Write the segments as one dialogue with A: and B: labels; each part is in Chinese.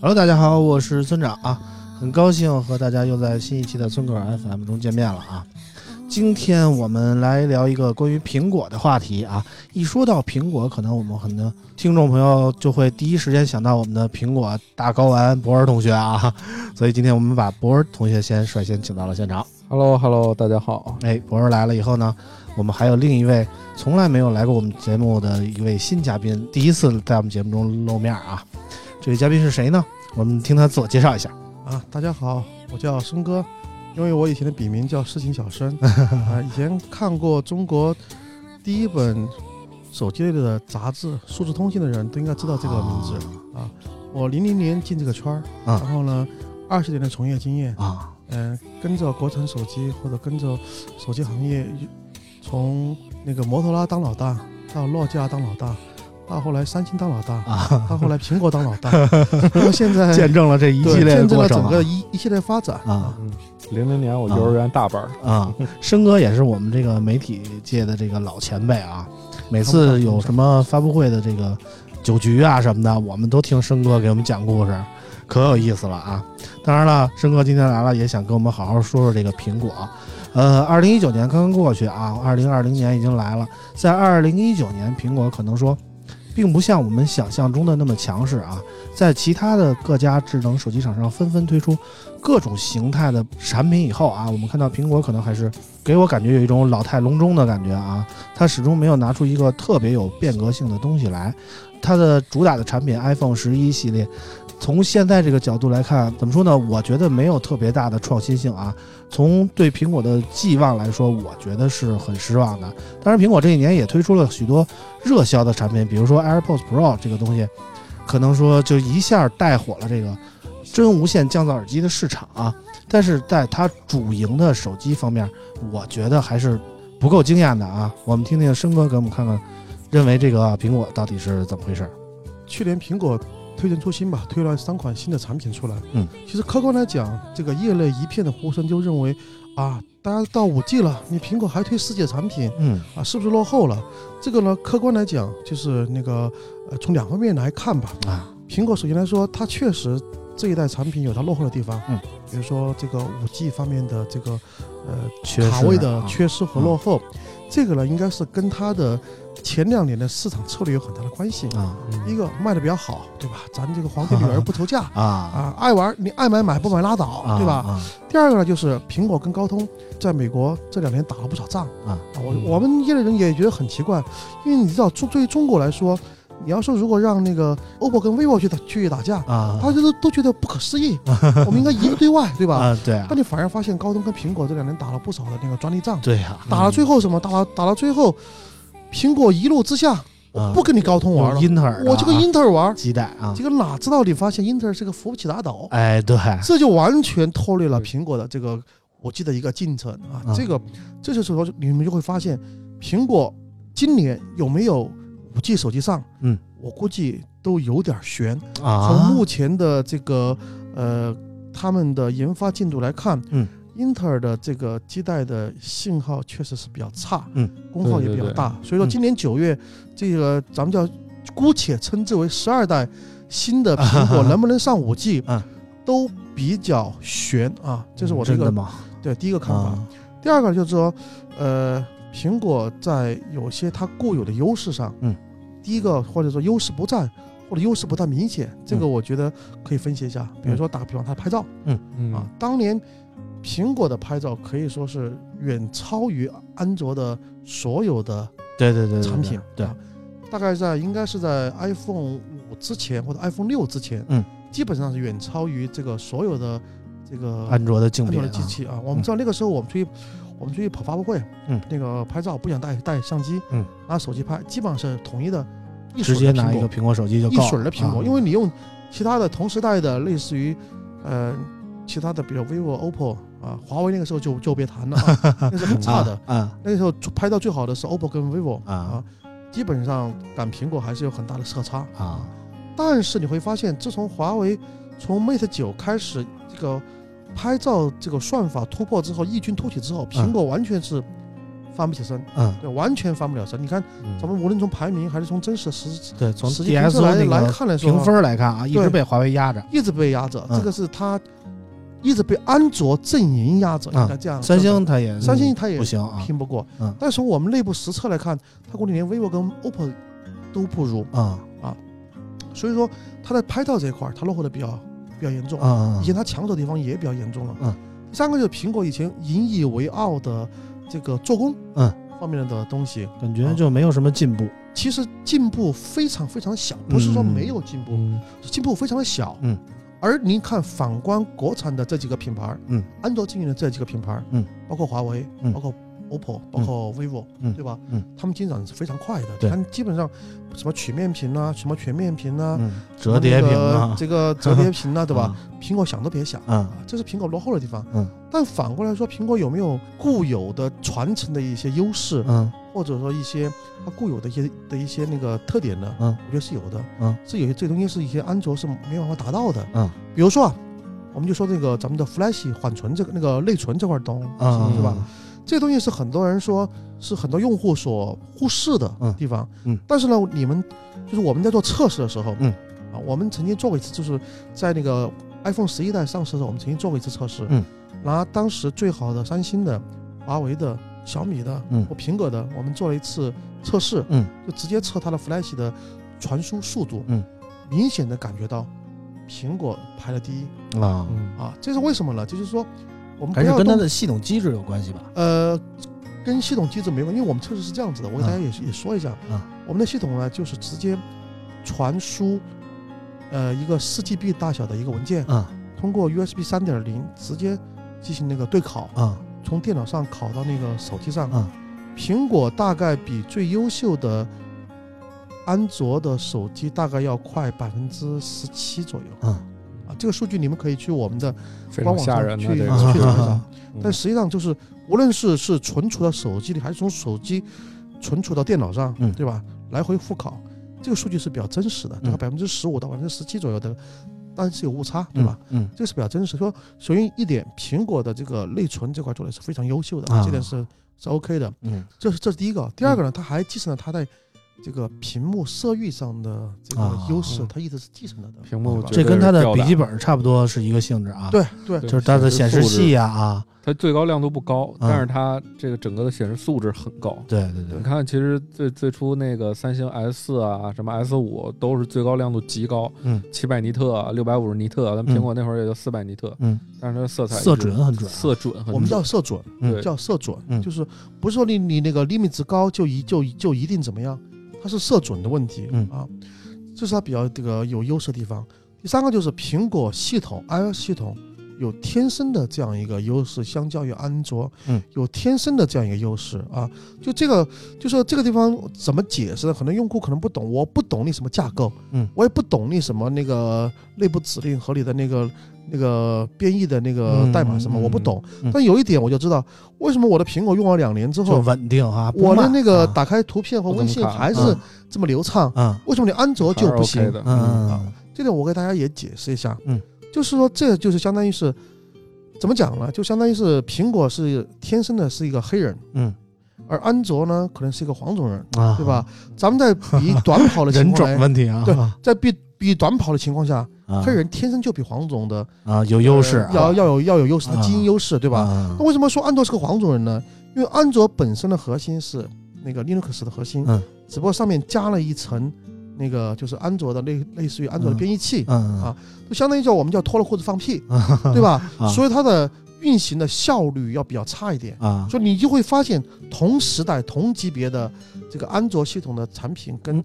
A: Hello，大家好，我是村长啊，很高兴和大家又在新一期的村口 FM 中见面了啊。今天我们来聊一个关于苹果的话题啊。一说到苹果，可能我们很多听众朋友就会第一时间想到我们的苹果大睾丸博尔同学啊。 所以今天我们把博尔同学先率先请到了现场。
B: h e l l o h e l l o 大家好。
A: 哎，博士来了以后呢，我们还有另一位从来没有来过我们节目的一位新嘉宾，第一次在我们节目中露面啊。这位嘉宾是谁呢？我们听他自我介绍一下。
C: 啊，大家好，我叫生哥，因为我以前的笔名叫事情小 生啊，以前看过中国第一本手机类的杂志《数字通信》的人都应该知道这个名字啊我零零年进这个圈儿，
A: 啊
C: 然后呢，二十年的从业经验，
A: 啊，
C: 嗯、跟着国产手机或者跟着手机行业，从那个摩托罗拉当老大，到诺基亚当老大，到后来三星当老大，
A: 啊
C: 到后来苹果当 老大，然后现在
A: 见证了这一
C: 对
A: 系列的
C: 见证
A: 过
C: 了
A: 程
C: 整
A: 啊
C: 个一一系列发展
A: 啊
B: 嗯，零零年我幼儿园大班儿，
A: 啊！生哥也是我们这个媒体界的这个老前辈啊，每次有什么发布会的这个酒局啊什么的，我们都听生哥给我们讲故事，可有意思了啊！当然了，生哥今天来了，也想跟我们好好说说这个苹果。呃，二零一九年刚刚过去啊，二零二零年已经来了，在二零一九年，苹果可能说。并不像我们想象中的那么强势啊，在其他的各家智能手机厂商纷纷推出各种形态的产品以后啊，我们看到苹果可能还是给我感觉有一种老态龙钟的感觉啊，它始终没有拿出一个特别有变革性的东西来。它的主打的产品 iPhone 十一系列，从现在这个角度来看，怎么说呢？我觉得没有特别大的创新性啊。从对苹果的寄望来说，我觉得是很失望的。当然，苹果这一年也推出了许多热销的产品，比如说 AirPods Pro 这个东西，可能说就一下带火了这个真无线降噪耳机的市场啊。但是在它主营的手机方面，我觉得还是不够惊艳的啊。我们听听生哥给我们看看，认为这个苹果到底是怎么回事？
C: 去年苹果推陈出新吧，推了三款新的产品出来。
A: 嗯，
C: 其实客观来讲，这个业内一片的呼声就认为啊，大家到五 G 了，你苹果还推四 G 产品
A: 嗯
C: 啊，是不是落后了？这个呢，客观来讲，就是那个呃，从两方面来看吧。
A: 啊，
C: 苹果首先来说，它确实这一代产品有它落后的地方，
A: 嗯，
C: 比如说这个五 G 方面的这个呃
A: 缺失
C: 卡位的
A: 啊
C: 缺失和落后，这个呢应该是跟它的前两年的市场策略有很大的关系。
A: 啊
B: 嗯
C: 一个卖的比较好，对吧？咱这个皇帝女儿不愁嫁
A: 啊啊
C: 啊，爱玩你爱买买，不买拉倒，对吧？
A: 啊
C: 第二个呢，就是苹果跟高通在美国这两年打了不少仗
A: 啊
C: 我
B: 嗯
C: 我们业内人也觉得很奇怪，因为你知道，中对于中国来说，你要说如果让那个 OPPO 跟 vivo 去打去打架，
A: 啊
C: 大家都都觉得不可 思议，我们应该一个对外，对吧？
A: 啊！对啊
C: 但你反而发现高通跟苹果这两年打了不少的那个专利仗，
A: 对呀，
C: 打到最后什么？打到打到最后，苹果一怒之下
A: 啊
C: 不跟你高通玩了
A: 有，英特尔的啊，
C: 我就跟英特尔玩，
A: 基带啊
C: 结，果哪知道你发现英特尔是个扶不起打倒，
A: 哎对
C: 这就完全脱离了苹果的这个我记得一个进程啊
A: 嗯。
C: 这个这就是说你们就会发现，苹果今年有没有五 G 手机上？
A: 嗯，
C: 我估计都有点悬。从
A: 啊，
C: 目前的这个呃他们的研发进度来看，
A: 嗯。
C: 英特尔的这个基带的信号确实是比较差，
A: 嗯，
C: 功耗也比较大，所以说今年九月，这个咱们叫姑且称之为十二代新的苹 果能不能上五 G，
A: 嗯
C: 都比较悬啊，这是我的一
A: 真
C: 个
A: 的吗？
C: 对第一个看法。
A: 啊
C: 第二个就是说，呃，苹果在有些它固有的优势上，
A: 嗯，
C: 第一个或者说优势不在，或者优势不太明
A: 嗯
C: 显，这个我觉得可以分析一下。比如说打个比方，它拍照
B: 嗯
C: 啊，当年苹果的拍照可以说是远超于安卓的所有的
A: 对对对对对
C: 产品，
A: 呃
C: 啊
A: 对
C: 啊大概在应该是在 iPhone 五之前或者 iPhone 六之前，
A: 嗯，
C: 基本上是远超于这个所有的这个
A: 安卓的竞
C: 安
A: 品
C: 卓
A: 啊
C: 的机器啊。我们知道那个时候我们出去，我们出去跑发布会，
A: 嗯，
C: 那个拍照不想带带相机，
A: 嗯，
C: 拿手机拍，基本上是统一的，一水
A: 直
C: 儿的
A: 接拿
C: 苹
A: 一个
C: 果
A: 苹果手机就
C: 一
A: 够了
C: 水儿的苹果，
A: 啊
C: 因为你用其他的同时代的，类似于呃其他的，比如 vivo、OPPO 啊，华为那个时候就就别谈 了、啊，那是很差的。
A: 啊
C: 那个时候拍到最好的是 OPPO 跟 vivo
A: 啊啊
C: 基本上赶苹果还是有很大的色差。
A: 啊
C: 但是你会发现，自从华为从 Mate 九开始这个拍照这个算法突破之后，异军突起之后，苹果完全是翻不起身，
A: 嗯
C: 对，完全翻不了身。你看，
A: 嗯
C: 咱们无论从排名还是从真实的实
A: 对从
C: 实际评测来
A: DSO 那
C: 来
A: 个
C: 看来说，
A: 评分来看啊，一直
C: 对
A: 被华为压着，
C: 一直被压着，
A: 嗯
C: 这个是它一直被安卓阵营压着，
A: 嗯
C: 应该这样。
A: 三星它也
C: 三星它也
A: 不行啊
C: 拼不过
A: 嗯，
C: 但是我们内部实测来看，它估计连 vivo 跟 OPPO 都不如，
A: 啊
C: 所以说它在拍照这一块儿它落后的比较比较严重
A: 啊。啊
C: 以前它强的地方也比较严重了。
A: 嗯，
C: 第三个就是苹果以前引以为傲的这个做工，
A: 嗯，
C: 方面的东西，
A: 感觉就没有什么进步
C: 其实进步非常非常小，不是说没有进步，
B: 嗯，
C: 是进步非常的小。
A: 嗯，
C: 而您看，反观国产的这几个品牌，
A: 嗯，
C: 安卓经营的这几个品牌，
A: 嗯，
C: 包括华为，
A: 嗯
C: 包括 OPPO，包括 vivo，
A: 嗯
C: 对吧？
A: 嗯，
C: 他们进展是非常快的。
A: 对
C: 但基本上什么曲面屏啊，什么全面屏啊，
A: 嗯，折叠屏啊，
C: 这个折叠屏啊，对吧？
A: 啊？
C: 苹果想都别想。
A: 嗯
C: 啊，这是苹果落后的地方。
A: 嗯，
C: 但反过来说，苹果有没有固有的传承的一些优势，
A: 嗯
C: 或者说一些它固有的一些的一些那个特点呢？
A: 嗯，
C: 我觉得是有的。
A: 嗯，
C: 是有些这个东西是一些安卓是没有办法达到的。
A: 嗯，
C: 比如说啊，我们就说这个咱们的 Flash 缓存这个那个内存这块东西，
A: 啊，
C: 是吧？？这东西是很多人说是很多用户所忽视的地方。
A: 嗯嗯
C: 但是呢，你们就是我们在做测试的时候，
A: 嗯，
C: 啊，我们曾经做过一次，就是在那个 iPhone 十一代上市的时候，我们曾经做过一次测试，
A: 嗯，
C: 拿当时最好的三星的、华为的、小米的、
A: 嗯
C: 或苹果的，我们做了一次测试，
A: 嗯，
C: 就直接测它的 Flash 的传输速度，
A: 嗯，
C: 明显的感觉到苹果排了第一
A: 啊，
B: 嗯
C: 啊，这是为什么呢？这就是说。我们不
A: 还是
C: 要
A: 跟它
C: 动
A: 的系统机制有关系吧？
C: 呃，跟系统机制没关，因为我们测试是这样子的，我给
A: 啊
C: 大家也、是也说一下，
A: 啊
C: 我们的系统呢就是直接传输呃一个四 GB 大小的一个文件，
A: 啊
C: 通过 USB 三点零直接进行那个对拷，
A: 啊
C: 从电脑上拷到那个手机上。
A: 啊
C: 苹果大概比最优秀的安卓的手机大概要快百分之十七左右
A: 啊
C: 啊，这个数据你们可以去我们的
B: 非常
C: 官网
B: 吓
C: 上
B: 人的
C: 去
B: 这
A: 啊
C: 去
B: 个，
C: 找
A: 嗯
C: 一找。但实际上就是，无论是是存储到手机里，还是从手机存储到电脑上，
A: 嗯
C: 对吧？来回复拷，这个数据是比较真实的，大概百分之十五到百分之十七左右的，当然是有误差，对吧？？
A: 嗯
C: 这个是比较真实。说首先一点，苹果的这个内存这块做的是非常优秀的，
A: 啊
C: 这点是是 OK 的。
A: 嗯
C: 这是这是第一个，第二个呢，它还继承了它在这个屏幕色域上的这个
A: 啊
C: 优势
B: 嗯，
C: 它一直是继承了的。
B: 屏幕
C: 对吧
A: 嗯这
B: 绝对
A: 跟
B: 是
A: 它的
B: 吊
A: 笔
B: 打
A: 记本差不多是一个性质啊，，
C: 对对，
B: 对
A: 就是它的显示
B: 素质
A: 器呀啊，
B: 它最高亮度不高，
A: 嗯
B: 但是它这个整个的显示素质很高。
A: 对对对
B: 你，看，其实最最初那个三星 S 四啊，什么 S 五都是最高亮度极高，
A: 嗯，
B: 七百尼特、啊六百五十尼特，咱们苹果那会儿也就四百尼特，
A: 嗯，
B: 但是它色彩
A: 色准很准啊，
B: 色准很准，
C: 我们叫色准，
A: 嗯
B: 对
C: 叫色准，
A: 嗯
C: 就是不是说你你那个 limit 值高就一就一就一定怎么样，它是射准的问题、
A: 嗯
C: 啊，这是它比较这个有优势的地方。第三个就是苹果系统 iOS 系统有天生的这样一个优势，相较于安卓，
A: 嗯，
C: 有天生的这样一个优势啊。就这个，就说这个地方怎么解释呢？可能用户可能不懂，我不懂你什么架构，
A: 嗯，
C: 我也不懂你什么那个内部指令和你的那个那个编译的那个
A: 嗯
C: 代码什么，
B: 嗯
C: 我不懂。
A: 嗯
C: 但有一点我就知道，为什么我的苹果用了两年之
A: 就
C: 后，
A: 稳定啊，不
C: 我的
A: 慢
C: 那个
A: 啊
C: 打开图片和微信还
A: 嗯
C: 是这么流畅？
A: 啊
C: 为什么你安卓就不行？
B: 还是 OK 的，
A: 嗯
C: 啊这点我给大家也解释一下。
A: 嗯，
C: 就是说这就是相当于是怎么讲呢？就相当于是苹果是天生的是一个黑人，
A: 嗯
C: 而安卓呢可能是一个黄种人，
A: 啊，
C: 对吧？咱们在比短跑的 情
A: 人
C: 况
A: 种
C: 下，
A: 问题啊，
C: 对在比比短跑的情况下，
A: 啊
C: 黑人天生就比黄种的
A: 啊有优势
C: 呃
A: 啊，
C: 要要有要有优势，
A: 啊
C: 基因优势，对
A: 对
C: 吧？
A: 吧嗯
C: 那为什么说安卓是个黄种人呢？因为安卓本身的核心是那个 Linux 的核心，
A: 嗯，
C: 只不过上面加了一层那个就是安卓的类类似于安卓的编译器，
A: 嗯
C: 啊就相当于叫我们叫脱了裤子放屁，
A: 啊，
C: 对吧？
A: 啊
C: 所以它的运行的效率要比较差一点。
A: 啊，
C: 所以你就会发现，同时代、同级别的这个安卓系统的产品跟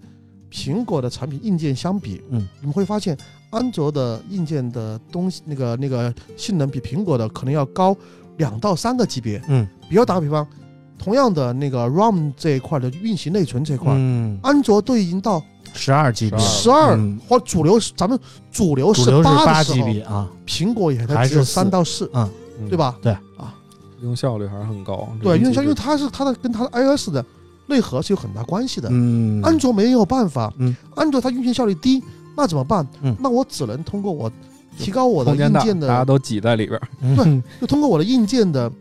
C: 苹果的产品硬件相比，
A: 嗯，
C: 你们会发现安卓的硬件的东西，那个那个性能比苹果的可能要高两到三个级别。
A: 嗯，
C: 比如打个比方，同样的那个 ROM 这一块的运行内存这一块，
A: 嗯，
C: 安卓都已经到
A: 十二 GB，
C: 十二、
A: 嗯
C: 或主流，咱们主流
A: 主
C: 是
A: 流是
C: 八
A: 八
C: 的时候，
A: GB 啊，
C: 苹果也
A: 还
C: 才
A: 是
C: 只有
A: 四嗯
C: 三到四，对？吧？
B: 用效率还是很高。
C: 对，因为它
B: 像
C: 因为它是它的跟它的 iOS 的内核是有很大关系的。
A: 嗯，
C: 安卓没有办法，
A: 嗯
C: 安卓它运行效率低，那怎么办？
A: 嗯
C: 那我只能通过我提高我的
A: 哦
B: 空间
C: 硬
B: 大，
C: 件
B: 大家
C: 的，
B: 都挤在里边儿。
A: 对，
C: 就通过我的硬件的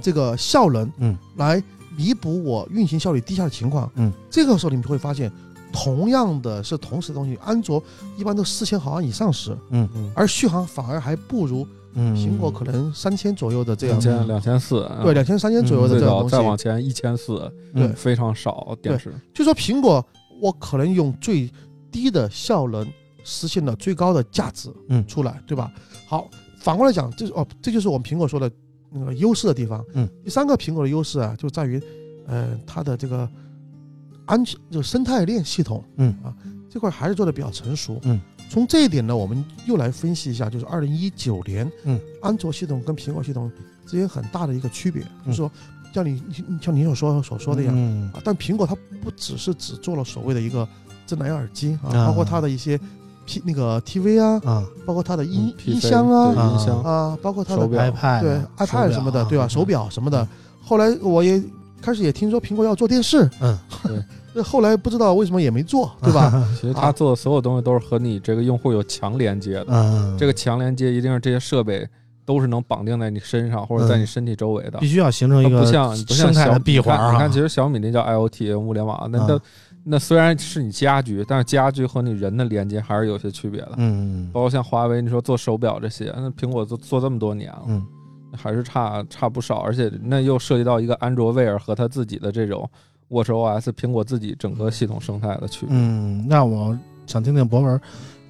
C: 这个效能，
A: 嗯，
C: 来弥补我运行效率低下的情况。
A: 嗯，
C: 这个时候你们会发现，同样的是同时的东西，安卓一般都四千毫安以上时，
A: 嗯
B: 嗯，
C: 而续航反而还不如
A: 嗯，
C: 苹果可能三千左右的这样
B: 两
C: 的，
B: 千两千四，嗯
C: 对，两千三千左右的
A: 嗯
B: 最
C: 这样
B: 早
C: 东西。
B: 再往前一千四，嗯
A: 对
B: 非常少电池。
C: 就说苹果，我可能用最低的效能实现了最高的价值，
A: 嗯
C: 出来，对吧？好，反过来讲，这哦，这就是我们苹果说的那个优势的地方。
A: 嗯，
C: 第三个苹果的优势啊，就在于，呃，它的这个安全，就生态链系统，
A: 嗯
C: 啊，这块还是做的比较成熟。
A: 嗯，
C: 从这一点呢，我们又来分析一下，就是二零一九年，
A: 嗯，
C: 安卓系统跟苹果系统之间很大的一个区别，就
A: 嗯
C: 是说，像你像你所说所说的一样。
A: 嗯
C: 啊，但苹果它不只是只做了所谓的一个真蓝牙耳机啊，
A: 啊
C: 包括它的一些 P 那个 TV 啊，
A: 啊
C: 包括它的音
B: 嗯
C: 音
B: PC
C: 箱啊
B: 对音
A: 啊
B: 箱
C: 啊，包括它的
B: 手表
A: ，iPad
C: 对
A: 啊
C: iPad 什么的，对吧？手，表什么的
A: 嗯。
C: 后来我也开始也听说苹果要做电视，
A: 嗯，
B: 对
C: 那后来不知道为什么也没做，对吧？
A: 啊
B: 其实
C: 啊
B: 它做的所有东西都是和你这个用户有强连接的，
A: 嗯，
B: 这个强连接一定是这些设备都是能绑定在你身上或者在
A: 嗯
B: 你身体周围的
A: 必。须要形成一
B: 它
A: 个
B: 不像不像
A: 生态
B: 小
A: 的闭环
B: 你看你
A: 啊
B: 看，其，实小米那叫 IoT 物联网，那
A: 嗯
B: 那那虽然是你家居，但是家居和你人的连接还是有些区别的。
A: 嗯
B: 包括像华为，你说做手表这些，那苹果做做这么多年了，
A: 嗯
B: 还是差差不少，而且那又涉及到一个安卓 Wear 和它自己的这种 WatchOS 苹果自己整个系统生态的区别。
A: 嗯，那我想听听博文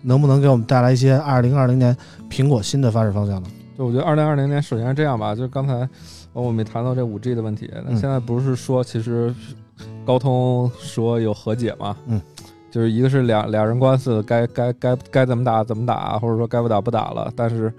A: 能不能给我们带来一些二零二零年苹果新的发展方向呢？
B: 就我觉得二零二零年，首先是这样吧，就是刚才呃我们也谈到这五 G 的问题，那
A: 嗯
B: 现在不是说其实高通说有和解嘛，
A: 嗯，
B: 就是一个是俩俩人官司该该该该怎么打怎么打，或者说该不打不打了，但是。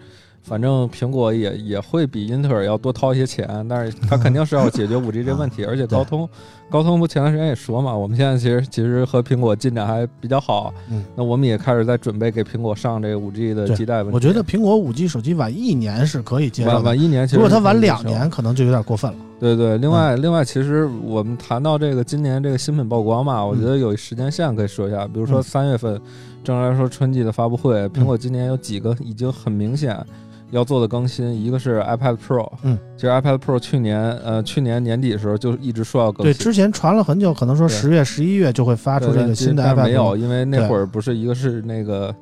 B: 反正苹果也也会比英特尔要多掏一些钱，但是它肯定是要解决五 G 这 问
A: 啊
B: 题，而且高通，高通不前段时间也说嘛，我们现在其实其实和苹果进展还比较好，
A: 嗯，
B: 那我们也开始在准备给苹果上这个五 G 的
A: 对
B: 基带问题。啊
A: 我觉得苹果五 G 手机晚一年是可以接受
B: 晚
A: 的，
B: 晚一年，其实
A: 如果它晚
B: 是可以
A: 两
B: 接受
A: 年，，嗯可能就有点过分了。
B: 对对。另外，另外，其实我们谈到这个今年这个新品曝光嘛，我觉得有时间线可以说一下，比如说
A: 嗯
B: 三月份，正常来说春季的发布会，苹果今年有几个已经很明显。要做的更新，一个是 iPad Pro，
A: 嗯，
B: 其实 iPad Pro 去年，呃，去年年底的时候就一直说要更
A: 对，
B: 新，
A: 之前传了很久，可能说
B: 对
A: 十月、十一月就会发出这
B: 但
A: 个
B: 其
A: 新的
B: 但是
A: iPad，
B: 没有，因为那
A: 对
B: 会儿不是一个是那个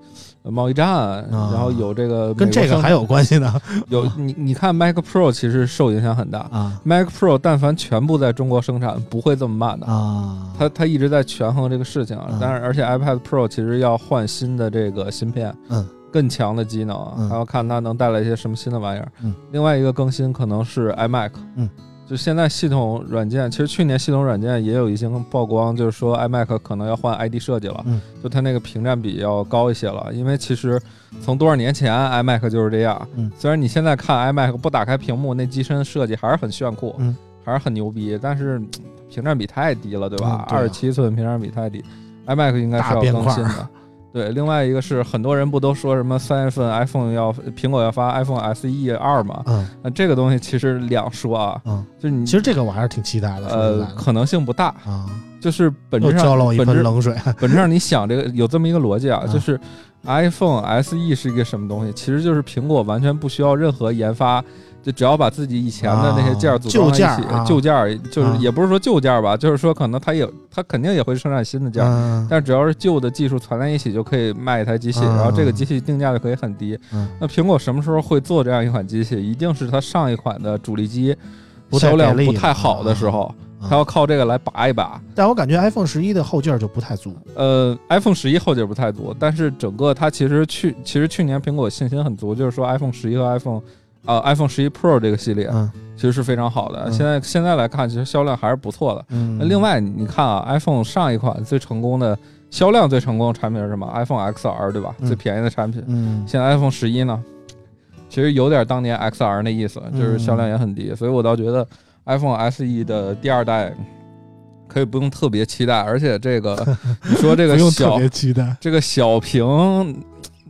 B: 呃贸易战，然后有这个
A: 跟
B: 美
A: 这
B: 国
A: 个
B: 生
A: 还有关系呢
B: 有你你看 Mac Pro 其实受影响很大，
A: 啊
B: Mac Pro 但凡全部在中国生产，不会这么慢的。
A: 啊，
B: 它它一直在权衡这个事情啊
A: 嗯，
B: 但是而且 iPad Pro 其实要换新的这个芯片，
A: 嗯，
B: 更强的机能，啊
A: 嗯
B: 还要看它能带来一些什么新的玩意儿。
A: 嗯，
B: 另外一个更新可能是 iMac，
A: 嗯，
B: 就现在系统软件，其实去年系统软件也有已经曝光，就是说 iMac 可能要换 ID 设计了，
A: 嗯
B: 就它那个屏占比要高一些了，因为其实从多少年前 iMac 就是这样，
A: 嗯
B: 虽然你现在看 iMac 不打开屏幕，那机身设计还是很炫酷，
A: 嗯
B: 还是很牛逼，但是嗯屏占比太低了，对吧
A: 嗯？对啊
B: 二十七寸屏占比太低，iMac 应该是
A: 大
B: 要
A: 边
B: 更
A: 框
B: 新的。对，另外一个是很多人不都说什么三月份 iPhone 要苹果要发 iPhone SE 二嘛？
A: 嗯
B: 那这个东西其实两说啊，
A: 嗯，
B: 就是你
A: 其实这个我还是挺期待的，说实
B: 呃
A: 在的
B: 可能性不大，
A: 啊，
B: 就是呃本
A: 又
B: 质
A: 浇
B: 上
A: 了我一
B: 本
A: 盆
B: 质
A: 冷水，啊
B: 本质上你想这个有这么一个逻辑啊，
A: 嗯
B: 就是 iPhone SE 是一个什么东西？其实就是苹果完全不需要任何研发，就只要把自己以前的那些件儿组装在
A: 旧
B: 一起
A: 件儿啊，
B: 旧件儿就是
A: 嗯
B: 也不是说旧件儿吧，就是说可能它也它肯定也会生产新的件儿。
A: 嗯
B: 但只要是旧的技术攒在一起，就可以卖一台机器，
A: 嗯
B: 然后这个机器定价就可以很低。
A: 嗯
B: 那苹果什么时候会做这样一款机器？一定是它上一款的主力机
A: 不太
B: 销量
A: 给力
B: 不太好的时候，
A: 嗯
B: 它要靠这个来拔一拔。
A: 但我感觉 iPhone 十一的后劲儿就不太足，
B: 呃，iPhone 十一后劲儿不太足，但是整个它其实去，其实去年苹果信心很足，就是说 iPhone 十一和 iPhone，呃，iPhone 十一 Pro 这个系列
A: 嗯
B: 其实是非常好的。
A: 嗯
B: 现在现在来看，其实销量还是不错的。
A: 嗯
B: 那另外你看啊，iPhone 上一款最成功的销量最成功的产品是什么？iPhone XR 对吧？
A: 嗯
B: 最便宜的产品。
A: 嗯
B: 现在 iPhone 十一呢，其实有点当年 XR 那意思，就是销
A: 嗯
B: 量也很低，所以我倒觉得 iPhone SE 的第二代可以不用特别期待，而且 这个你说这
A: 不
B: 个
A: 用特
B: 小
A: 别期待，
B: 这个小屏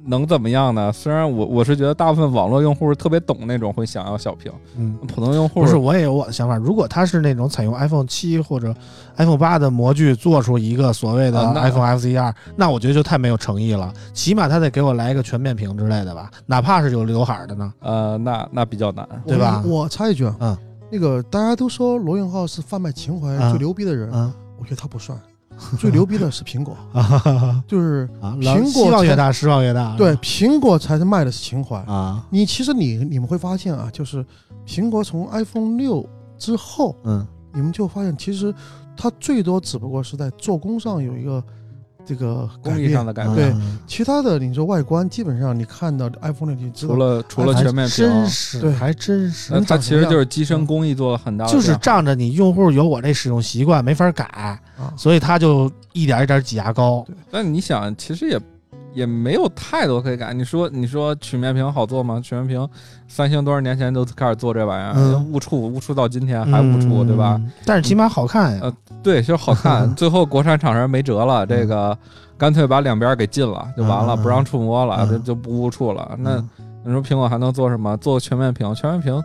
B: 能怎么样呢？虽然我我是觉得大部分网络用户特别懂那种会想要小屏，
A: 嗯。
B: 普通用户
A: 不是，我也有我的想法。如果它是那种采用 iPhone 七或者 iPhone 八的模具做出一个所谓的
B: 啊那
A: iPhone SE 二，那我觉得就太没有诚意了。起码它得给我来一个全面屏之类的吧，哪怕是有刘海儿的呢。
B: 呃，那那比较难。
A: 对吧
C: 我我插一句啊，
A: 嗯
C: 那个大家都说罗永浩是贩卖情怀
A: 啊
C: 最牛逼的人，
A: 嗯
C: 我觉得他不算，最牛逼的是苹 果，
A: 啊哈哈哈
C: 就是
A: 啊，
C: 苹果
A: 希望
C: 才
A: 越大，失望越大。
C: 对苹果才是卖的是情怀。
A: 啊，
C: 你其实你你们会发现啊，就是苹果从 iPhone 六之后，
A: 嗯
C: 你们就发现其实它最多只不过是在做工上有一个这个改
B: 工艺上
C: 变，
B: 的改
A: 啊
B: 变，
C: 对其他的你说外观基本上你看到 iPhone 六就知
B: 除
C: 道
B: 了除了
A: 还
B: 全面屏，啊
A: 真是
C: 对
A: 还真是
B: 那
C: 能
B: 它
C: 长
B: 其
C: 什么
B: 实
C: 样
B: 就是啊机身工艺做了很大的
A: 嗯就是
B: 变化
A: 仗着你用户有我这使用习惯没法改，
C: 啊，
A: 所以他就一点一点挤牙膏。
B: 但你想，其实也也没有太多可以改。你说你说曲面屏好做吗？曲面屏，三星多少年前都开始做这玩意儿，
A: 嗯
B: 误触误触到今天还误触，
A: 嗯
B: 对吧？？
A: 但是起码好看呀。
B: 对，就是 好看。最后国产厂商没辙了，这个干脆把两边给禁了就完了，
A: 嗯嗯
B: 不让触摸了，
A: 嗯
B: 就就不误触了。那
A: 嗯
B: 你说苹果还能做什么？做全面屏，全面屏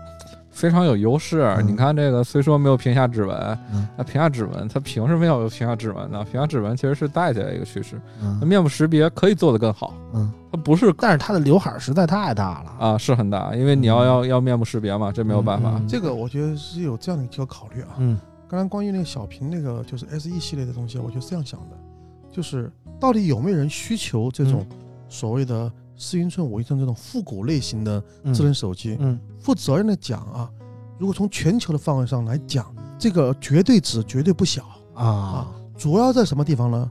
B: 非常有优势。
A: 嗯
B: 你看这个，虽说没有屏下指纹
A: 嗯，
B: 那屏下指纹它凭什么要有屏下指纹呢？屏下指纹其实是带起来一个趋势，呃
A: 嗯
B: 那面部识别可以做得更好，
A: 嗯，
B: 它不是
A: 但是它的刘海儿实在太大了。
B: 啊是很大，因为你要要要面部识别嘛，这没有办法。
A: 嗯
C: 这个我觉得是有这样的一个考虑啊。
A: 嗯
C: 刚才关于那个小屏那个就是 S E 系列的东西，我就是这样想的，就是到底有没有人需求这种
B: 嗯
C: 所谓的四英寸、五英寸这种复古类型的
A: 嗯
C: 智能手机？
A: 嗯
C: 负责任的讲啊，如果从全球的范围上来讲，这个绝对值绝对不小。
A: 啊
C: 主要在什么地方呢？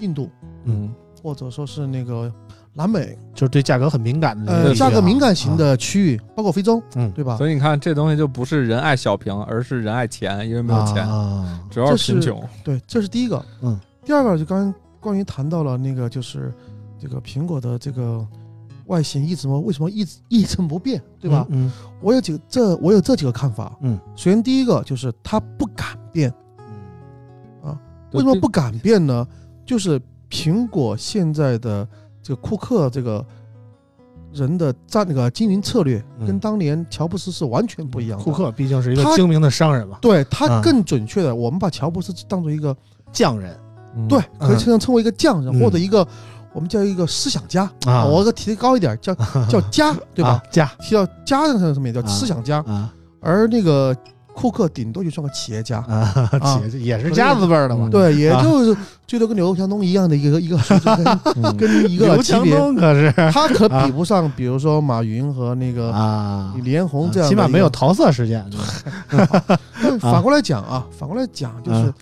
C: 印度
B: 嗯，
C: 或者说是那个南美，
A: 就是对价格很敏感的
C: 呃，
A: 领域啊，
C: 价格敏感型的区域，包括非洲，
A: 嗯
C: 对吧？
B: 所以你看这东西就不是人爱小屏，而是人爱钱，因为没有钱，
A: 啊，
B: 主要是贫
C: 这是
B: 穷。
C: 对，这是第一个。
A: 嗯，
C: 第二个就刚关于谈到了那个就是这个苹果的这个外形一直么为什么一直一成不变，对吧？
A: 嗯？
C: 我有几个这我有这几个看法。
A: 嗯，
C: 首先第一个就是它不敢变，
A: 嗯
C: 为什么不敢变呢？就是苹果现在的这个库克这个。人的战那个经营策略
A: 嗯
C: 跟当年乔布斯是完全嗯不一样的。
A: 库，克毕竟是一个
C: 他
A: 精明的商人嘛，
C: 对
A: 啊
C: 他更准确的，我们把乔布斯当做一个
A: 匠人
B: 嗯
C: 对，可以
A: 嗯
C: 称称为一个匠人，
A: 嗯
C: 或者一个我们叫一个思想家。
A: 啊，
C: 我给提得高一点， 叫叫家，对吧
A: 啊？？家
C: 提到家上上面叫
A: 啊
C: 思想家，
A: 啊
C: 而那个库克顶多就算个企业家。
A: 啊，姐姐也是家字辈儿的嘛
B: 嗯。
C: 对，也
A: 啊
C: 就是最多跟刘强东一样的一个一个水准
B: 嗯
C: 跟跟一个
A: 刘
C: 级
A: 强
C: 别，
A: 东可是
C: 他可比不上，比如说马云和那个
A: 啊
C: 李，连
A: 啊
C: 宏这样的
A: 起
C: 一个。
A: 码没有桃色事件。
C: 但反过来讲啊，反过来讲就是
A: 啊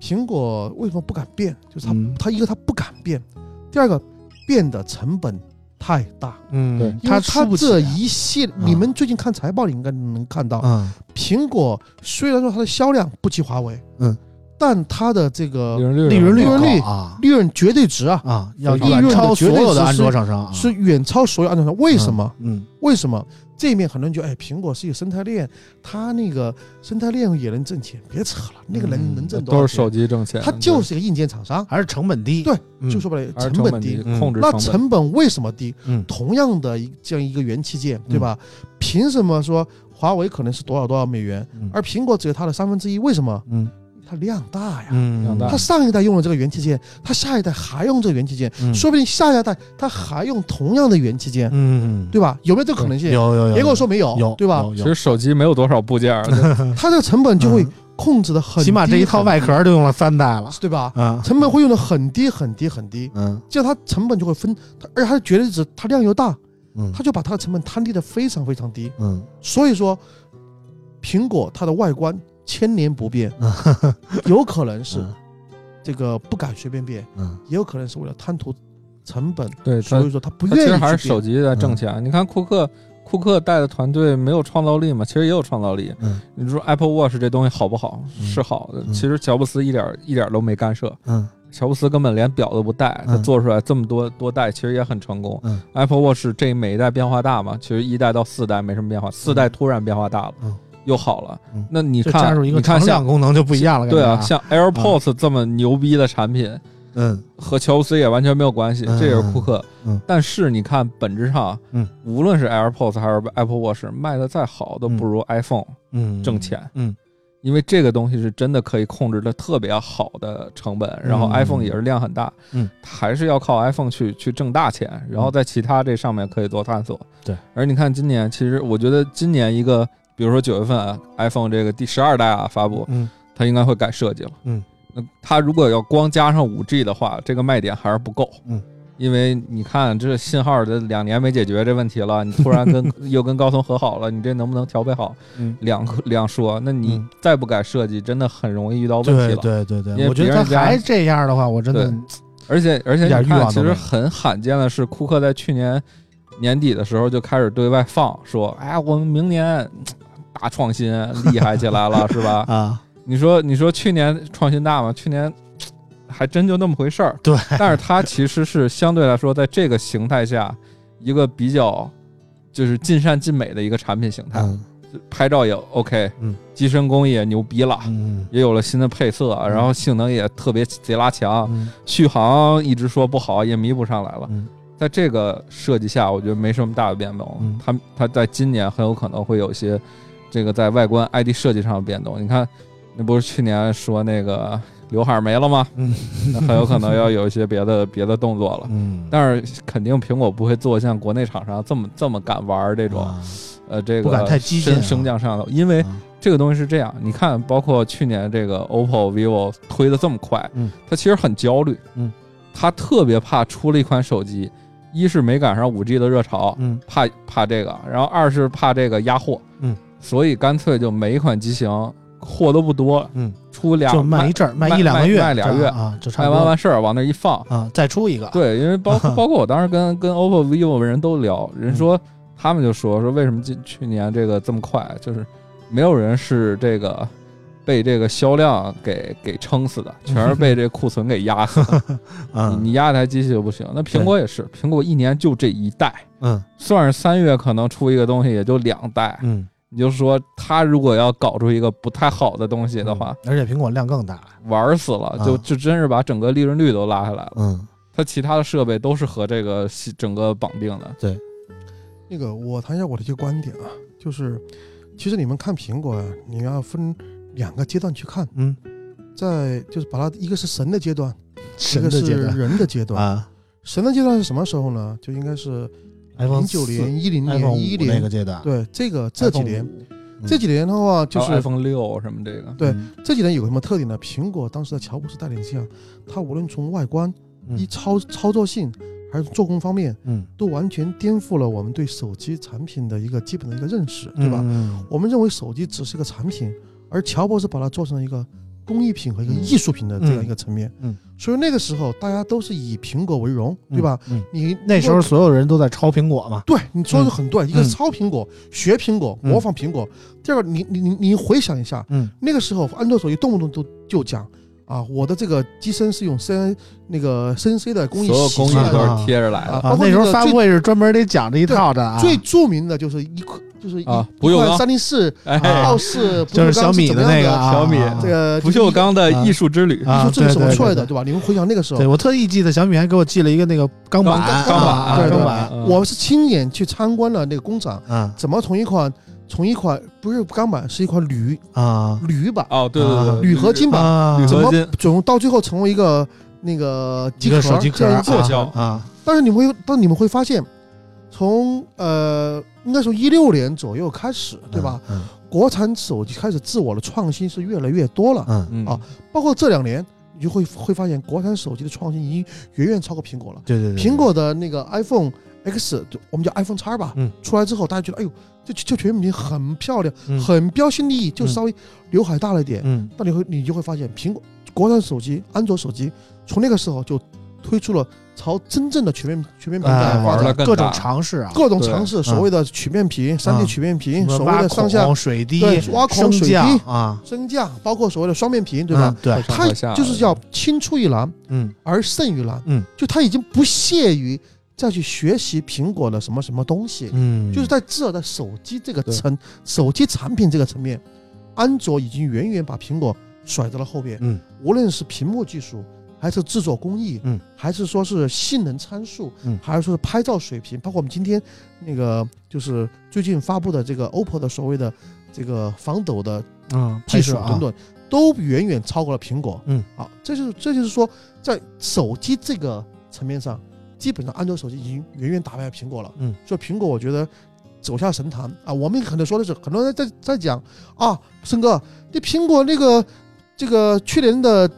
C: 苹果为什么不敢变？就是它
A: 嗯
C: 它一个它不敢变，第二个变的成本太大。
B: 对
A: 嗯，
C: 因为
A: 出
C: 它
A: 不起
C: 这一系列，
A: 嗯
C: 你们最近看财报，你应该能看到，
A: 嗯
C: 苹果虽然说它的销量不及华为，
A: 嗯，
C: 但它的这个
B: 利润率
A: 利润率
C: 呃利润率
A: 高啊
C: 利润绝对值啊，
A: 啊，要
C: 利润
A: 远
C: 的
A: 超所
C: 绝对
A: 有的
C: 值
A: 安
C: 是
A: 卓厂商啊。
C: 是远超所有安卓厂商。为什么？
A: 嗯
C: 为什么？这一面很多人就哎，苹果是有生态链，它那个生态链也能挣钱，别扯了，那个能、
A: 嗯
C: 能挣多少
B: 都是
C: 钱
B: 手？机挣钱，
C: 它就是一个硬件厂商，
A: 还是成本低。
C: 对
A: 嗯，
C: 就说白了，
B: 对而
C: 成本
B: 本
C: 低。
A: 嗯
B: 控制
C: 那
B: 成本。
C: 成本为什么低？
A: 嗯
C: 同样的一这样一个元器件，对吧？凭什么说华为可能是多少多少美元，
A: 嗯
C: 而苹果只有它的三分之一？为什么？
A: 嗯
C: 它量大哎呀。
A: 嗯
B: 两大
C: 它上一代用了这个元器件，它下一代还用这个元器件，
A: 嗯
C: 说不定下下代它还用同样的元器件，
A: 嗯，
C: 对吧？有没有这个可能性？
A: 有有有，
C: 别跟我说没有，
A: 有有
C: 对吧？
A: 有
B: 其
A: 有
B: 实手机没有多少部件儿，
C: 它这个成本就会
A: 嗯
C: 控制的很低，
A: 起码这一套
C: 很
A: 外壳就用了三代了
C: 低，对吧？
A: 啊，
C: 成本会用的很低很低很低，
A: 嗯
C: 这样它成本就会分，它而且它的绝对值它量又大，
A: 嗯
C: 它就把它的成本摊低的非常非常低。
A: 嗯
C: 所以说，苹果它的外观千年不变，有可能是这个不敢随便变，
A: 嗯
C: 也有可能是为了贪图成本，
B: 对它
C: 所以说它不
B: 它其
C: 愿意
B: 实
C: 去
B: 还
C: 变。
B: 是手机在挣钱。你看库克，库克带的团队没有创造力嘛？其实也有创造力。
A: 嗯
B: 你说 Apple Watch 这东西好不好？
A: 嗯
B: 是好的。
A: 嗯
B: 其实乔布斯一点一点都没干涉，
A: 嗯
B: 乔布斯根本连表都不带，他
A: 嗯
B: 做出来这么多多代，其实也很成功。
A: 嗯
B: Apple Watch 这每一代变化大嘛，其实一代到四代没什么变化，四代突然变化大了，
A: 嗯
B: 又好了。
A: 嗯
B: 那你
A: 就加
B: 看，
A: 入一个
B: 你看
A: 成
B: 像
A: 像功能就不一样了，
B: 对啊，
A: 感觉
B: 像 AirPods 这么牛逼的产品，
A: 嗯
B: 和乔布斯也完全没有关系，
A: 嗯
B: 这也是库克。
A: 嗯
B: 但是你看，本质上，
A: 嗯
B: 无论是 AirPods 还是 Apple Watch，卖的再好都不如 iPhone
A: 嗯
B: 挣钱，
A: 嗯
B: 因为这个东西是真的可以控制的特别好的成本，然后
A: 嗯
B: iPhone 也是量很大，
A: 嗯，
B: 还是要靠 iPhone 去去挣大钱，然后在其他这上面可以做探索。
A: 对，
B: 而你看今年，其实我觉得今年一个，比如说九月份、啊、iPhone 这个第十二代啊发布，
A: 嗯
B: 它应该会改设计了。
A: 嗯，
B: 那它如果要光加上五 G 的话，这个卖点还是不够。
A: 嗯，
B: 因为你看这信号这两年没解决这问题了，你突然跟 又跟高通和好了，你这能不能调配好？
A: 嗯，
B: 两两说，那你
A: 嗯
B: 再不改设计，真的很容易遇到问题
A: 对对
B: 了。
A: 对对，
B: 因为
A: 我觉
B: 别
A: 得
B: 人
A: 他
B: 家
A: 还这样的话，我真的
B: 而且而且
A: 一点
B: 你
A: 欲
B: 看，
A: 望
B: 其
A: 都没
B: 实
A: 有
B: 很罕见的是，库克在去年年底的时候就开始对外放说：“哎呀，我们明年大创新，厉害起来了，是吧？”
A: 啊，
B: 你说，你说去年创新大吗？去年还真就那么回事儿。
A: 对，
B: 但是它其实是相对来说，在这个形态下，一个比较就是尽善尽美的一个产品形态。
A: 嗯
B: 拍照也 OK，
A: 嗯，
B: 机身工艺也牛逼了，
A: 嗯
B: 也有了新的配色，啊然后性能也特别贼拉强，
A: 嗯
B: 续航一直说不好也弥补上来了。
A: 嗯
B: 在这个设计下，我觉得没什么大的变动。
A: 嗯
B: 它它在今年很有可能会有一些这个在外观 ID 设计上的变动。你看，那不是去年说那个刘海没了吗？
A: 嗯
B: 那很有可能要有一些别的别的动作了。
A: 嗯，
B: 啊但是肯定苹果不会做像国内厂商这么这么敢玩儿这
A: 这
B: 种，呃，这
A: 不
B: 个
A: 敢太激进啊
B: 升升降上头，因为
A: 啊
B: 这个东西是这样，你看，包括去年这个 OPPO、vivo 推的这么快，
A: 嗯，
B: 他其实很焦虑，
A: 嗯，
B: 他特别怕出了一款手机，一是没赶上 5G 的热潮，
A: 嗯
B: 怕怕这个，然后二是怕这个压货，
A: 嗯，
B: 所以干脆就每一款机型货都不多，
A: 嗯，
B: 出俩
A: 就卖一阵儿，卖
B: 卖
A: 一两个月，
B: 卖卖俩
A: 这样
B: 月
A: 啊，就差
B: 卖
A: 不
B: 完
A: 多
B: 完事儿往那儿一放，
A: 啊，再出一个，
B: 对，因为包 括包括我当时跟跟 OPPO、vivo 人都聊，人说
A: 嗯
B: 他们就说说为什么今去年这个这么快，就是没有人是这个被这个销量给给撑死的，全是被这库存给压死的。你
A: 嗯
B: 你压一台机器就不行。那苹果也是，苹果一年就这一代，
A: 嗯
B: 算是三月可能出一个东西也就两代。
A: 嗯，
B: 你就说他如果要搞出一个不太好的东西的话，
A: 嗯，而且苹果量更大，
B: 玩死了，就
A: 啊
B: 就真是把整个利润率都拉下来了。
A: 嗯
B: 它其他的设备都是和这个系整个绑定的。
C: 那个我谈一下我的一个观点啊，就是其实你们看苹果啊，你要分两个阶段去看，
A: 嗯，
C: 在就是把它一个是神的阶段，一
A: 神
C: 个
A: 的
C: 是
A: 阶段
C: 人的阶段。
A: 啊
C: 神的阶段是什么时候呢？就应该是
A: ，iPhone
C: 零九年、一零
A: ，iPhone
C: 年、
A: 五
C: 一
A: 那个
C: 年，
A: 阶段，
C: 对这个这几
B: iPhone
C: 年，
B: 五
A: 嗯哦
C: 这几年的话就
B: 还有
C: 是
B: iPhone 六什么这个，
C: 对
A: 嗯
C: 这几年有个什么特点呢？苹果当时在乔布斯带领下，它无论从外观、
A: 嗯
C: 一操操作性，还是做工方面，
A: 嗯，
C: 都完全颠覆了我们对手机产品的一个基本的一个认识，对吧？
A: 嗯
C: 我们认为手机只是个产品，而乔布斯把它做成了一个工艺品和一个艺术品的这样一个层面。
A: 嗯嗯嗯
C: 所以那个时候大家都是以苹果为荣，
A: 嗯
C: 对吧？
A: 嗯
C: 你
A: 那时候所有人都在抄苹果嘛，
C: 对你说的很对，一个是
A: 嗯
C: 抄苹果、学苹果、
A: 嗯
C: 模仿苹果。第二个，你你你你回想一下，
A: 嗯
C: 那个时候安卓手机动不动都就讲。啊，我的这个机身是用 C N 那个 C N C 的工艺
B: 所有
C: 洗
B: 工
C: 出来
B: 艺
C: 的
B: 都是贴着来的
C: 啊
A: 啊
C: 包，括
A: 那时
C: 那
A: 候
C: 个
A: 发
C: 最
A: 布会是专门得讲这一套的啊，
C: 最著名的就是一块，就是一
B: 啊不锈钢
C: 三零四、
B: 哎
A: 啊
C: 傲视，
A: 就是小米
C: 怎
A: 的
C: 么
A: 那
C: 样
A: 个
C: 的
A: 啊，
B: 小米
A: 啊
C: 这个
B: 不锈，钢的艺术之旅，
A: 啊
C: 你说这
A: 对
C: 是怎么
A: 对
C: 出来的，
A: 对
C: 对吧？你们回想那个时
A: 对
C: 候，
A: 我特意记得小米还给我寄了一个那个钢板，
C: 钢
B: 钢板
A: 啊
B: 对
C: 对
A: 钢
B: 对
A: 板，
B: 嗯
C: 我是亲眼去参观了那个工厂，
A: 啊
C: 怎么从一款从一款不是钢板，是一块铝
A: 啊
C: 铝板、
B: 哦，对
A: 啊
B: 对对，
C: 铝合金板，
A: 啊
B: 铝
C: 怎
B: 合
C: 么
B: 金
C: 最后到最后成为一个那个
A: 一
C: 机
A: 个
C: 壳
A: 手机壳
C: 这样一
B: 做
C: 个
A: 啊
B: 胶
A: 啊，
C: 但是你们会，但你们会发现，从呃，应该从一六年左右开始，对吧？
A: 嗯？
C: 国产手机开始自我的创新是越来越多了，
A: 嗯嗯，
B: 嗯
C: 啊，包括这两年，你就会会发现国产手机的创新已经远远超过苹果了。
A: 对对对，对
C: 苹果的那个 iPhone X，就我们叫 iPhone X 吧，
A: 嗯
C: 出来之后，大家觉得哎呦，这这这全屏很漂亮，
A: 嗯
C: 很标新立异，就稍微刘海大了一点。
A: 嗯
C: 但你会你就会发现，苹果国产手机、安卓手机从那个时候就推出了朝真正的全面全面屏
A: 哎
C: 改
B: 玩
C: 发
B: 得
C: 展，
B: 更
A: 各
B: 大
A: 种尝试啊，
C: 各种
B: 对
C: 尝试，所谓的曲面屏、三 D 曲面
A: 什
C: 屏，
A: 么
C: 所谓
A: 挖
C: 的上下
A: 孔、水滴、
C: 对挖孔、
A: 升
C: 水
A: 降
C: 滴、
A: 啊，
C: 升降，包括所谓的双面屏，对吧
A: 嗯？对，
B: 上
C: 它
B: 和下
C: 就是叫青出于蓝
A: 嗯
C: 而胜于蓝，
A: 嗯，
C: 就它已经不屑于再去学习苹果的什么什么东西，
A: 嗯，
C: 就是在至少在手机这个
B: 对
C: 层、手机产品这个层面，安卓已经远远把苹果甩在了后边。
A: 嗯，
C: 无论是屏幕技术，还是制作工艺，
A: 嗯，
C: 还是说是性能参数，
A: 嗯
C: 还是说是拍照水平，包括我们今天那个就是最近发布的这个 OPPO 的所谓的这个防抖的
A: 嗯
C: 技术
A: 拍摄啊
C: 等等，都远远超过了苹果。
A: 嗯，
C: 好，这就是这就是说，在手机这个层面上，基本上安卓手机已经远远打败苹果了。
A: 嗯，
C: 所以苹果我觉得走下神坛啊，我们可能说的是很多人在在讲啊，森哥，那苹果那个这个去年的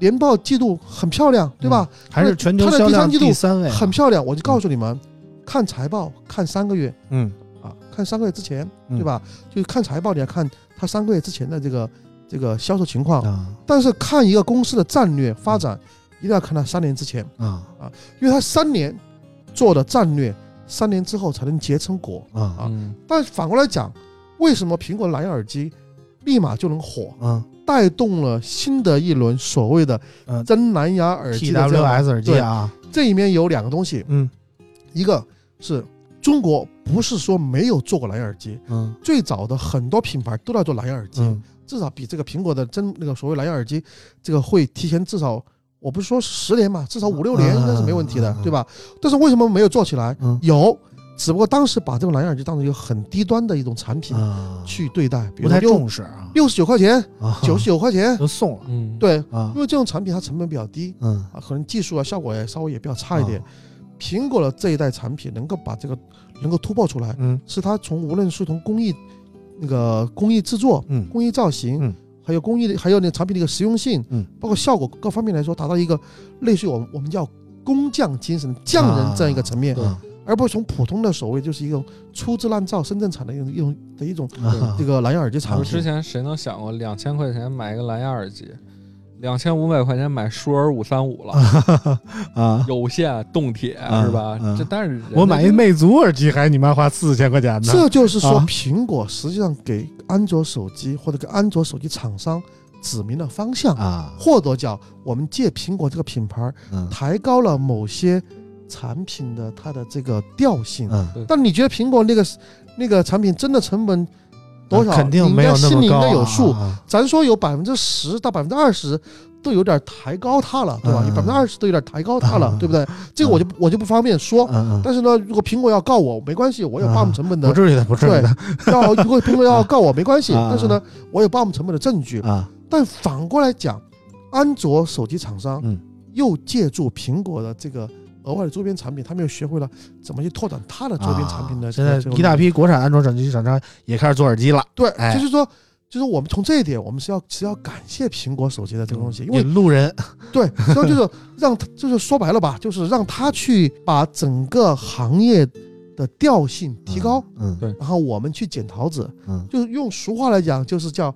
C: 年报季度很漂亮，对吧？
A: 还是全球
C: 它的
A: 销量
C: 第三季度
A: 第三嗯位啊，
C: 很漂亮，我就告诉你们，看财报看三个月，
A: 嗯
C: 啊，看三个月之前，
A: 嗯
C: 对吧？就是看财报，你要看它三个月之前的这个这个销售情况。
A: 啊
C: 但是看一个公司的战略发展，一定要看它三年之前，
A: 啊
C: 因为它三年做的战略，三年之后才能结成果。
A: 啊
B: 嗯，
C: 但反过来讲，为什么苹果蓝牙耳机立马就能火，
A: 啊
C: 带动了新的一轮所谓的
A: 嗯
C: 真蓝牙耳机的这个
A: ，TWS 耳机啊，
C: 这里面有两个东西，
A: 嗯
C: 一个是中国不是说没有做过蓝牙耳机，
A: 嗯
C: 最早的很多品牌都在做蓝牙耳机，
A: 嗯
C: 至少比这个苹果的真那个所谓蓝牙耳机，这个会提前至少，我不是说十年嘛，至少五六年
A: 嗯
C: 应该是没问题的
A: 嗯嗯，
C: 对吧？但是为什么没有做起来？
A: 嗯
C: 有，只不过当时把这个蓝牙耳机当成一个很低端的一种产品
A: 啊，
C: 去对待，比
A: 不
C: 如
A: 太
C: 六
A: 重视啊，
C: 六十九块钱、
A: 啊
C: 九十九块钱，
A: 就送了
B: 嗯，
C: 对，
A: 啊
C: 因，为这种产品它成本比较低
A: 嗯，
C: 啊，可能技术啊效果也稍微也比较差一点
A: 啊。，
C: 苹果的这一代产品能够把这个能够突破出来，
A: 嗯
C: 是它从无论是从工艺那个工艺制作，
A: 嗯
C: 工艺造型，
A: 嗯
C: 还有工艺的，还有那产品的一个实用性，
A: 嗯，
C: 包括效果各方面来说，达到一个类似于我们我们叫工匠精神、匠人这样一个层面，
A: 啊
C: 而不是从普通的所谓就是一种粗制滥造、深圳产的一种一种的一种
A: 啊
C: 这个蓝牙耳机产
B: 我
C: 品
B: 之。前谁能想过两千块钱买一个蓝牙耳机，两千五百块钱买舒尔五三五了，
A: 啊，
B: 有线动铁
A: 啊
B: 是吧
A: 啊？
B: 这但是人家
A: 我买一
B: 就
A: 魅族耳机还你妈花四千块钱呢，
C: 这就是说，
A: 啊
C: 苹果实际上给安卓手机或者给安卓手机厂商指明了方向，
A: 啊，
C: 或者叫我们借苹果这个品牌
A: 嗯
C: 抬高了某些产品的它的这个调性。
A: 嗯，
C: 但你觉得苹果那个那个产品真的成本多少？
A: 肯定没有
C: 你应该
A: 那
C: 心里
A: 么
C: 应
A: 高啊，
C: 该有数。
A: 啊
C: 咱说有百分之十到百分之二十，都有点抬高它了，对吧？
A: 嗯
C: 有百分之二十都有点抬高它了
A: 嗯，
C: 对不对？这个我就我就不方便说。
A: 嗯嗯，
C: 但是呢，如果苹果要告我，没关系，我有
A: 嗯
C: BOM 成本
A: 不
C: 的。
A: 至于的，不至于
C: 对
A: 的，
C: 要如果苹果要告我，没关系。
A: 嗯
C: 但是呢，我有 BOM 成本的证据。
A: 啊
C: 但反过来讲，安卓手机厂商
A: 嗯
C: 又借助苹果的这个额外的周边产品，他们又学会了怎么去拓展它的周边产品的
A: 啊
C: 这
A: 现
C: 个。
A: 在
C: 这个
A: 一大批国产安卓手机厂商也开始做耳机了，
C: 对，
A: 哎
C: 就是说，就是我们从这一点，我们是要是要感谢苹果手机的这个东西，因
A: 引
C: 为
A: 路人
C: 对，然后就是让它，就是说白了吧，就是让它去把整个行业的调性提高，，
A: 嗯
B: 对
C: 然后我们去捡桃子，
A: 嗯
C: 就是用俗话来讲，就是叫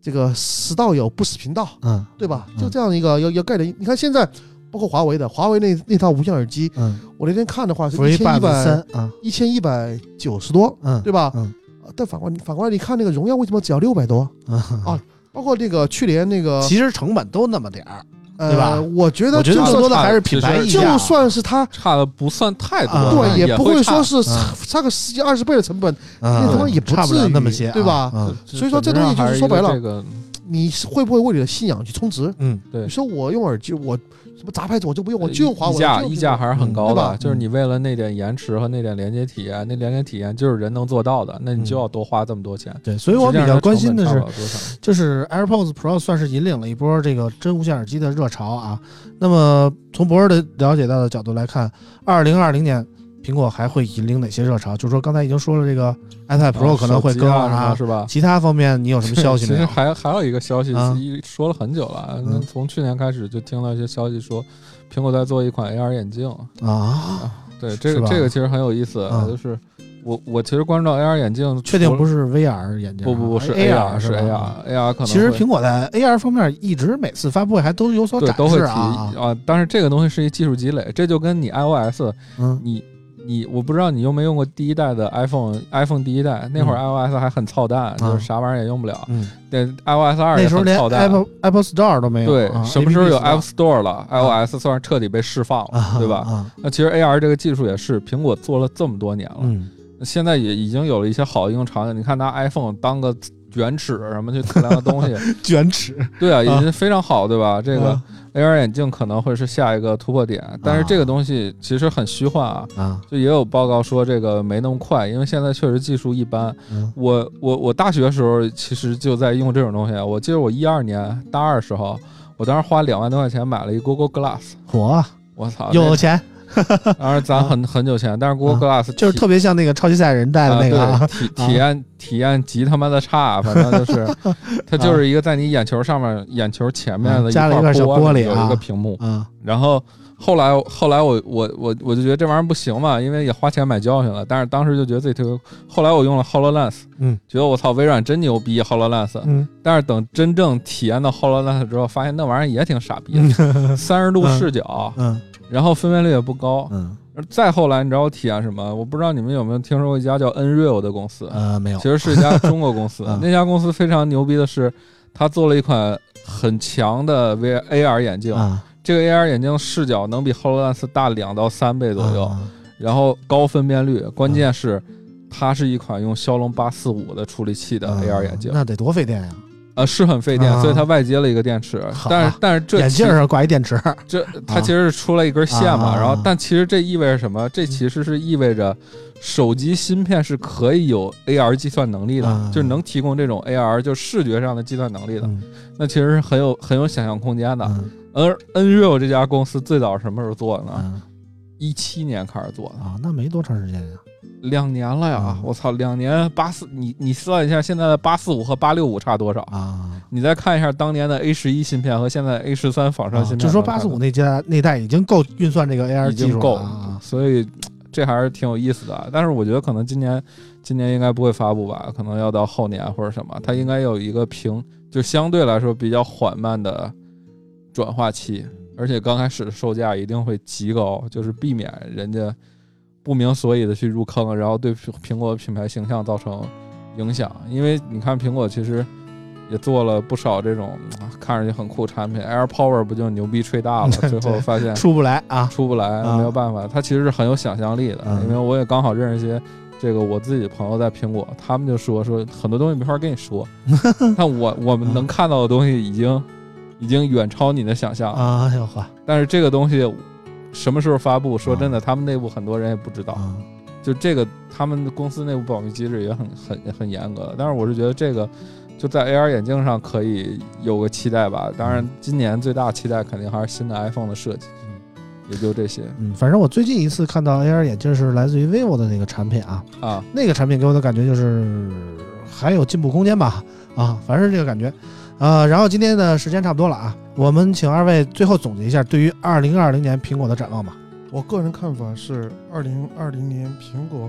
C: 这个食道友不食贫道，
A: 嗯
C: 对吧？
A: 嗯
C: 就这样一个要要概念，你看现在包括华为的，华为那那套无线耳机，
A: 嗯，
C: 我那天看的话是
A: 福
C: 一
A: 一
C: 千
A: 霸
C: 一
A: 子
C: 百
A: 三啊，
C: 一千一百九十多，
A: 嗯
C: 对吧？
A: 嗯
C: 呃但反过来反过来，你看那个荣耀为什么只要六百多？
A: 啊，
C: 包括那个去年那个，
A: 其实成本都那么点儿，
C: 呃，
A: 对吧
C: 我觉得
A: 我觉得
C: 就
A: 更
C: 算
A: 多的还是品牌
B: 就
A: 溢
B: 是
A: 价，
C: 就算是它。
B: 差的不算太多，
A: 啊
B: 但
C: 对，
B: 也
C: 不会
B: 差
C: 说是
A: 嗯
C: 差个十几二十倍的成本，
A: 嗯
C: 那他妈也不
A: 差不了
C: 至于
A: 那么些，
C: 对吧
A: 啊？
C: 所以说这东西就是说白了
B: 这个
C: 你是会不会为你的信仰去充值？
A: 嗯
B: 对
C: 你说我用耳机，我什么杂牌子我就不用，我就用华为。
B: 溢价
C: 我就用
B: 溢价还是很高
C: 对吧嗯
B: 的，就是你为了那点延迟和那点连接体验，那连接体验就是人能做到的，那你就要
C: 嗯
B: 多花这么多钱。
A: 对，所以我比较关心的
B: 实际
A: 是
B: 上，它成本差不了多少，
A: 就是 AirPods Pro 算是引领了一波这个真无线耳机的热潮啊。那么从博士的了解到的角度来看，二零二零年苹果还会引领哪些热潮？就是说刚才已经说了，这个 iPad
B: 然后
A: Pro 可能会
B: 手
A: 更
B: 机
A: 换
B: 啊什么
A: 啊，
B: 是吧？
A: 其他方面你有什么消息
B: 其
A: 没
B: 实
A: 有？
B: 还还有一个消息，
A: 啊
B: 一说了很久了。那
A: 嗯
B: 从去年开始就听到一些消息说，苹果在做一款 AR 眼镜。
A: 啊，
B: 对，
A: 是
B: 这个
A: 吧
B: 这个其实很有意思，啊
A: 嗯
B: 就是我我其实关注到 AR 眼镜，
A: 确定
B: 除了
A: 不是 VR 眼镜啊？
B: 不不不是
A: AR
B: 是
A: 吧
B: AR AR 可能
A: 其实
B: 会
A: 苹果在 AR 方面一直每次发布会还都有所
B: 对
A: 展
B: 都会
A: 示
B: 提
A: 啊，
B: 但是这个东西是一技术积累，这就跟你 iOS
A: 嗯，
B: 你你我不知道你用没用过第一代的 iPhone iPhone 第一代那会儿 iOS 还很操蛋，就是啥玩意儿也用不了。
A: 嗯，
B: 对 iOS 二
A: 啊
B: 也
A: 那时候
B: 很
A: 连
B: 操蛋。
A: Apple Apple Store 都没有，
B: 对
A: 啊，
B: 什么时候有
A: APP
B: App
A: Store
B: Store 了，iOS 算是彻底被释放
A: 啊
B: 了，对吧？
A: 啊，
B: 那其实 AR 这个技术也是苹果做了这么多年了，
A: 嗯，
B: 现在也已经有了一些好的应用场景。你看拿 iPhone 当个卷尺什么去测量个东西，
A: 卷尺
B: 对啊，已
A: 啊
B: 经非常好，对吧？这个
A: 啊
B: AR 眼镜可能会是下一个突破点，但是这个东西其实很虚幻啊。
A: 啊，
B: 就也有报告说这个没那么快，因为现在确实技术一般。
A: 嗯
B: 我我我大学时候其实就在用这种东西，啊我记得我一二年大二时候，我当时花两万多块钱买了一 Google Glass，
A: 火
B: 我操，
A: 有钱，
B: 那当时咱很很久前，但是 Google Glass
A: 啊就是
B: 体
A: 特别像那个超级赛亚人戴的
B: 啊
A: 那个啊
B: 对体体验体验极他妈 的差，反正就是
A: 啊
B: 它就是一个在你眼球上面眼球前面
A: 嗯
B: 的
A: 加了一块
B: 块
A: 小玻璃
B: 有
A: 啊
B: 一个屏幕，
A: 啊，
B: 然后后来后来我我我我就觉得这玩意儿不行嘛，因为也花钱买教训了。但是当时就觉得自己特别。后来我用了 Hololens，
A: 嗯，
B: 觉得我操微软真牛逼 Hololens。
A: 嗯
B: 但是等真正体验到 Hololens 之后，发现那玩意儿也挺傻逼的，三十度视角，
A: 嗯
B: 然后分辨率也不高。
A: 嗯
B: 而再后来，你知道我体验什么？我不知道你们有没有听说过一家叫 Nreal 的公司，
A: 呃，没有
B: 其，实是一家中国公司
A: 嗯。
B: 那家公司非常牛逼的是，它做了一款很强的 VR AR 眼镜。
A: 啊，
B: 这个 AR 眼镜视角能比 HoloLens 大两到三倍左右，
A: 啊
B: 然后高分辨率，
A: 嗯
B: 关键是它是一款用骁龙八四五的处理器的 AR 眼镜，
A: 嗯啊那得多费电呀！
B: 呃，是很费电，
A: 啊
B: 所以它外接了一个电池
A: 好，啊
B: 但是但是这
A: 眼
B: 其
A: 镜上挂一电池，
B: 这它其实是出了一根线嘛，
A: 啊嗯
B: 然后但其实这意味着什么？这其实是意味着手机芯片是可以有 AR 计算能力的，
A: 啊
B: 就是能提供这种 AR 就视觉上的计算能力的，
A: 嗯
B: 那其实是很有很有想象空间的。
A: 嗯
B: N Nreal 这家公司最早什么时候做的呢？
A: 嗯
B: 一七年开始做的，
A: 啊，那没多长时间呀，
B: 两年了呀！
A: 嗯
B: 我操，两年八四，你你算一下现在的八四五和八六五差多少？
A: 啊，
B: 你再看一下当年的 A 十一芯片和现在 A 十三仿生芯
A: 啊
B: 片，
A: 就说八四五那家那代已经够运算这个 AR
B: 已
A: 技
B: 经
A: 术
B: 够
A: 了啊，
B: 所以嘖这还是挺有意思的啊。但是我觉得可能今年今年应该不会发布吧，可能要到后年或者什么，它应该有一个平，就相对来说比较缓慢的转化期，而且刚开始的售价一定会极高，就是避免人家不明所以的去入坑，然后对苹苹果品牌形象造成影响。因为你看苹果其实。也做了不少这种啊看上去很酷产品，Air Power 不就牛逼吹大了？最后发现
A: 出不来啊，
B: 出不来，
A: 啊
B: 没有办法。他其实是很有想象力的，
A: 嗯
B: 因为我也刚好认识一些这个我自己朋友在苹果，他们就说说很多东西没法跟你说， 但我我们能看到的东西已经已经远超你的想象。
A: 啊，哎呦呵，
B: 但是这个东西什么时候发布，说
A: 嗯
B: 真的，他们内部很多人也不知道。
A: 啊，
B: 就这个，他们公司内部保密机制也很很很严格的。但是我是觉得这个就在 AR 眼镜上可以有个期待吧。当然，
A: 嗯
B: 今年最大期待肯定还是新的 iPhone 的设计，也就这些
A: 嗯，反正我最近一次看到 AR 眼镜是来自于 vivo 的那个产品啊，
B: 啊。
A: 那个产品给我的感觉就是还有进步空间吧，啊，反正是这个感觉，呃，然后今天的时间差不多了啊，我们请二位最后总结一下对于二零二零年苹果的展望吧。
C: 我个人看法是，二零二零年苹果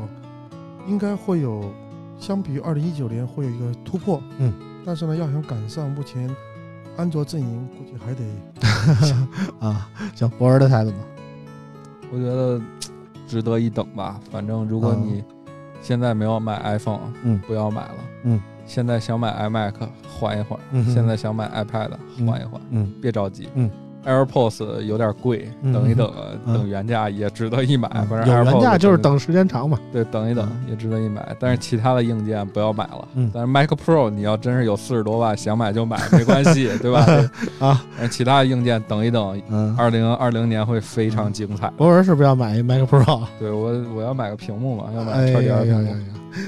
C: 应该会有，相比于二零一九年会有一个突破。
A: 嗯，
C: 但是呢，要想赶上目前安卓阵营，估计还得
A: 啊，行，博文的态度呢？
B: 我觉得值得一等吧。反正如果你现在没有买 iPhone，
A: 嗯
B: 不要买了，
A: 嗯。
B: 现在想买 iMac，缓一缓；
A: 嗯哼
B: 现在想买 iPad，缓一缓，
A: 嗯
B: 别着急。
A: 嗯
B: AirPods 有点贵，
A: 嗯
B: 等一等，
A: 嗯
B: 等原价也值得一买。反正
A: 有
B: AirPods
A: 原价哎就是
B: 真的，
A: 等时间长嘛。
B: 对，等一等也值得一买。但是其他的硬件不要买了。
A: 嗯
B: 但是 Mac Pro 你要真是有四十多万，想买就买，没关系，对吧？
A: 啊，
B: 但是其他的硬件等一等，
A: 嗯，
B: 二零二零年会非常精彩。
A: 博文是不是要买一 Mac Pro？
B: 对我我要买个屏幕嘛，要买
A: 哎呀
B: 个叉 D
A: 呀
B: R 屏
A: 呀
B: 幕
A: 呀。！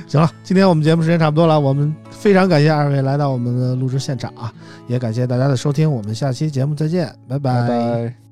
A: 行了，今天我们节目时间差不多了，我们非常感谢二位来到我们的录制现场啊，也感谢大家的收听，我们下期节目再见，拜
B: 拜拜。